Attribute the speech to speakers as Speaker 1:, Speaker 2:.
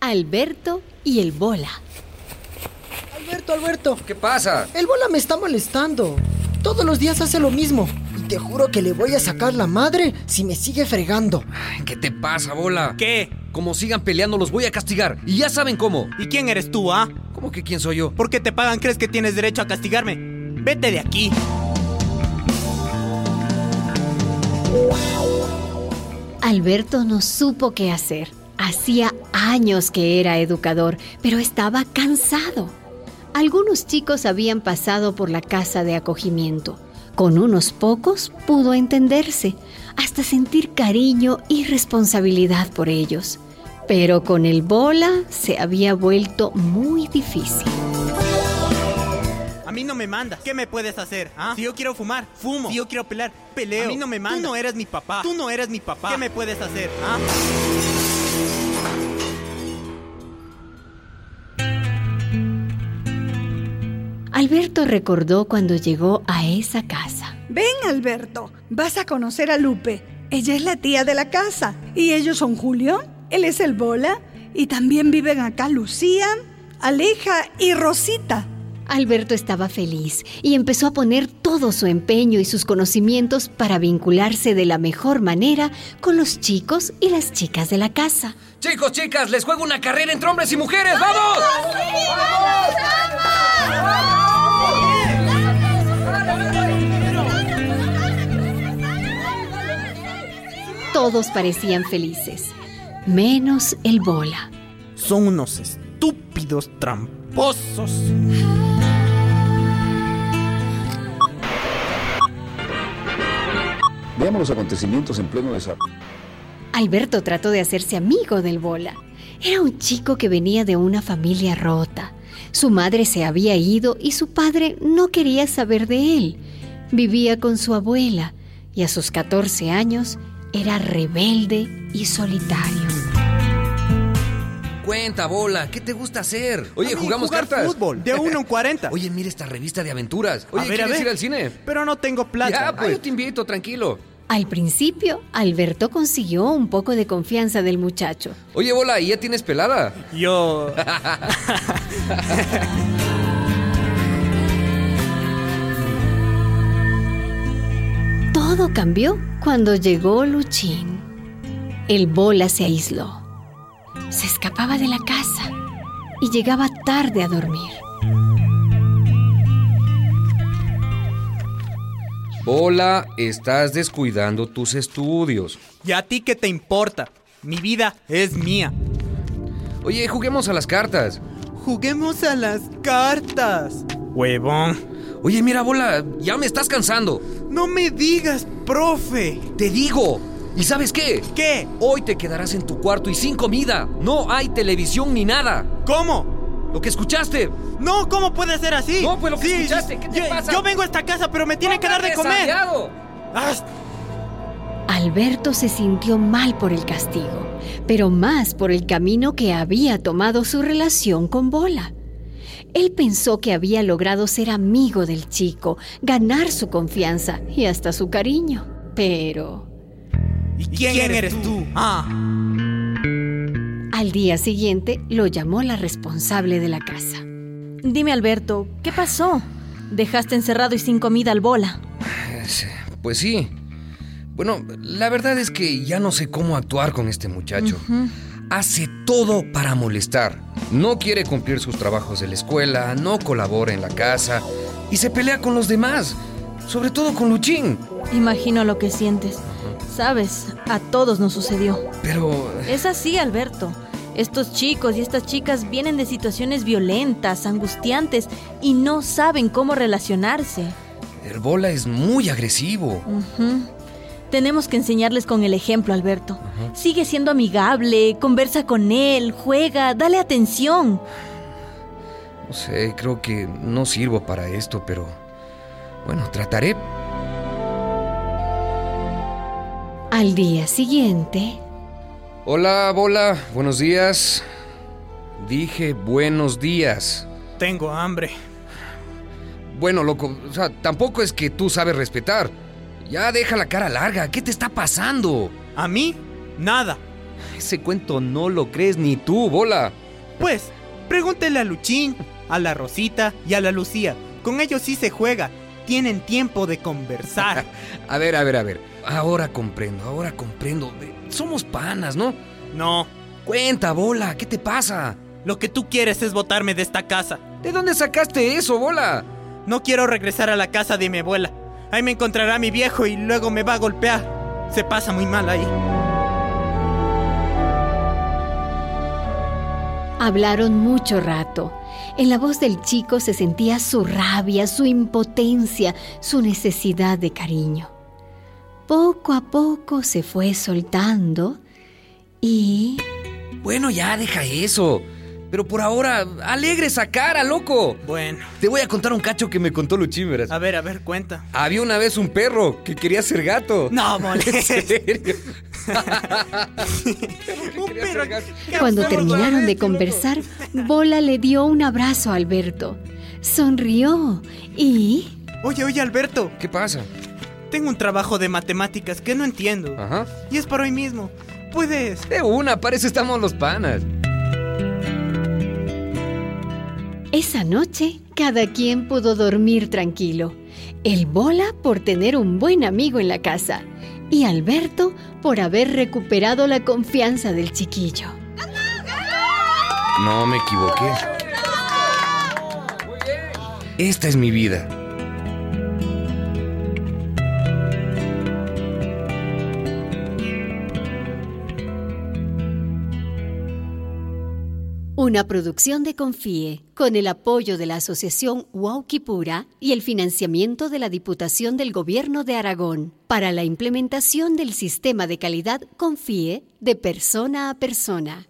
Speaker 1: Alberto y el Bola.
Speaker 2: Alberto, Alberto,
Speaker 3: ¿Qué pasa?
Speaker 2: el bola me está molestando. Todos los días hace lo mismo. Y te juro que le voy a sacar la madre si me sigue fregando.
Speaker 3: Ay, ¿Qué te pasa, bola?
Speaker 4: ¿Qué?
Speaker 3: Como sigan peleando, los voy a castigar. Y ya saben cómo.
Speaker 4: ¿Y quién eres tú, ah?
Speaker 3: ¿Cómo que quién soy yo?
Speaker 4: ¿Por qué te pagan? ¿Crees que tienes derecho a castigarme? Vete de aquí.
Speaker 1: Alberto no supo qué hacer. Hacía años que era educador, pero estaba cansado. Algunos chicos habían pasado por la casa de acogimiento. Con unos pocos pudo entenderse, hasta sentir cariño y responsabilidad por ellos. Pero con el bola se había vuelto muy difícil.
Speaker 4: A mí no me mandas. ¿Qué me puedes hacer? ¿Ah? Si yo quiero fumar, fumo. Si yo quiero pelear, peleo. A mí no me mandas. Tú no eres mi papá. Tú no eres mi papá. ¿Qué me puedes hacer? ¿Ah?
Speaker 1: Alberto recordó cuando llegó a esa casa.
Speaker 5: Ven, Alberto, vas a conocer a Lupe. Ella es la tía de la casa. Y ellos son Julio, él es el Bola, y también viven acá Lucía, Aleja y Rosita.
Speaker 1: Alberto estaba feliz y empezó a poner todo su empeño y sus conocimientos para vincularse de la mejor manera con los chicos y las chicas de la casa.
Speaker 3: Chicos, chicas, les juego una carrera entre hombres y mujeres. ¡Vamos!
Speaker 1: Todos parecían felices, menos el bola.
Speaker 4: Son unos estúpidos tramposos.
Speaker 6: Veamos los acontecimientos en pleno desarrollo.
Speaker 1: Alberto trató de hacerse amigo del bola. Era un chico que venía de una familia rota. Su madre se había ido y su padre no quería saber de él. Vivía con su abuela y a sus 14 años era rebelde y solitario.
Speaker 3: Cuenta, bola, ¿qué te gusta hacer? Oye,
Speaker 4: A mí,
Speaker 3: jugamos
Speaker 4: jugar
Speaker 3: cartas.
Speaker 4: fútbol. De 1 en 40.
Speaker 3: Oye, mira esta revista de aventuras. Oye,
Speaker 4: A ver, a
Speaker 3: ¿quieres
Speaker 4: ver.
Speaker 3: ir al cine?
Speaker 4: Pero no tengo plata.
Speaker 3: Ya, pues, yo te invito, tranquilo.
Speaker 1: Al principio, Alberto consiguió un poco de confianza del muchacho.
Speaker 3: Oye, bola, ¿y ya tienes pelada?
Speaker 4: Ay, Yo.
Speaker 1: Todo cambió cuando llegó Luchín. El bola se aisló. Se escapaba de la casa y llegaba tarde a dormir.
Speaker 3: Bola, estás descuidando tus estudios.
Speaker 4: ¿Y a ti qué te importa? Mi vida es mía.
Speaker 3: Oye, juguemos a las cartas.
Speaker 4: Juguemos a las cartas. Huevón.
Speaker 3: Oye, mira, bola, ya me estás cansando.
Speaker 4: No me digas, profe.
Speaker 3: Te digo. ¿Y sabes qué?
Speaker 4: ¿Qué?
Speaker 3: Hoy te quedarás en tu cuarto y sin comida. No hay televisión ni nada.
Speaker 4: ¿Cómo?
Speaker 3: Lo que escuchaste.
Speaker 4: No, ¿cómo puede ser así?
Speaker 3: No, pues, lo que escuchaste, ¿qué te
Speaker 4: yo,
Speaker 3: pasa?
Speaker 4: yo vengo a esta casa, pero me tienen que dar de comer.
Speaker 3: Desayado.
Speaker 4: Ah,
Speaker 1: Alberto se sintió mal por el castigo, pero más por el camino que había tomado su relación con Bola. Él pensó que había logrado ser amigo del chico, ganar su confianza y hasta su cariño. Pero
Speaker 4: ¿Y quién, eres tú? Ah,
Speaker 1: al día siguiente lo llamó la responsable de la casa.
Speaker 7: Dime, Alberto, ¿qué pasó? Dejaste encerrado y sin comida al bola.
Speaker 3: Pues sí. Bueno, la verdad es que ya no sé cómo actuar con este muchacho. Hace todo para molestar. No quiere cumplir sus trabajos de la escuela, no colabora en la casa y se pelea con los demás, sobre todo con Luchín.
Speaker 7: Imagino lo que sientes. Sabes, a todos nos sucedió.
Speaker 3: Pero
Speaker 7: Es así, Alberto. Estos chicos y estas chicas vienen de situaciones violentas, angustiantes y no saben cómo relacionarse.
Speaker 3: el bola es muy agresivo.
Speaker 4: Mm.
Speaker 7: Ujú. Tenemos que enseñarles con el ejemplo, Alberto. Sigue siendo amigable, conversa con él, juega, dale atención.
Speaker 3: No sé, creo que no sirvo para esto, pero bueno, trataré.
Speaker 1: Al día siguiente,
Speaker 3: Hola, bola, buenos días. Dije buenos días.
Speaker 4: tengo hambre.
Speaker 3: Bueno, loco, o sea, tampoco es que tú sabes respetar. Ya deja la cara larga, ¿qué te está pasando?
Speaker 4: ¿A mí? Nada.
Speaker 3: Ese cuento no lo crees ni tú, bola.
Speaker 4: Pues, pregúntele a Luchín, a la Rosita y a la Lucía. Con ellos sí se juega. Tienen tiempo de conversar.
Speaker 3: A ver, a ver, a ver. Ahora comprendo, ahora comprendo. Eh, Somos panas, ¿no?
Speaker 4: no,
Speaker 3: Cuenta, bola, ¿qué te pasa?
Speaker 4: lo que tú quieres es botarme de esta casa.
Speaker 3: ¿De dónde sacaste eso, bola?
Speaker 4: No quiero regresar a la casa de mi abuela. Ahí me encontrará mi viejo y luego me va a golpear. Se pasa muy mal ahí.
Speaker 1: Hablaron mucho rato. En la voz del chico se sentía su rabia, su impotencia, su necesidad de cariño. Poco a poco se fue soltando y...
Speaker 3: Bueno, ya deja eso. Pero por ahora, alegre esa cara, loco.
Speaker 4: Bueno,
Speaker 3: Te voy a contar un cacho que me contó Luchín, verás.
Speaker 4: a ver, a ver, cuenta.
Speaker 3: Había una vez un perro que quería ser gato.
Speaker 4: No,
Speaker 3: ¿En
Speaker 4: molestes.
Speaker 3: serio?
Speaker 4: Un
Speaker 3: quería
Speaker 4: perro ¿eh?
Speaker 3: fregar.
Speaker 4: que
Speaker 1: Cuando
Speaker 4: hacemos
Speaker 1: terminaron de
Speaker 4: nuevamente,
Speaker 1: conversar, Bola le dio un abrazo a Alberto. Sonrió y...
Speaker 4: loco. Oye, oye, Alberto,
Speaker 3: ¿Qué pasa?
Speaker 4: tengo un trabajo de matemáticas que no entiendo.
Speaker 3: Ajá.
Speaker 4: Y es para hoy mismo. Puedes.
Speaker 3: De una, parece estamos los panas.
Speaker 1: Esa noche, cada quien pudo dormir tranquilo. El Bola por tener un buen amigo en la casa y Alberto por haber recuperado la confianza del chiquillo.
Speaker 3: No me equivoqué. Esta es mi vida.
Speaker 1: Una producción de Confíe, con el apoyo de la Asociación Huauquipura y el financiamiento de la Diputación del Gobierno de Aragón, para la implementación del sistema de calidad Confíe de persona a persona.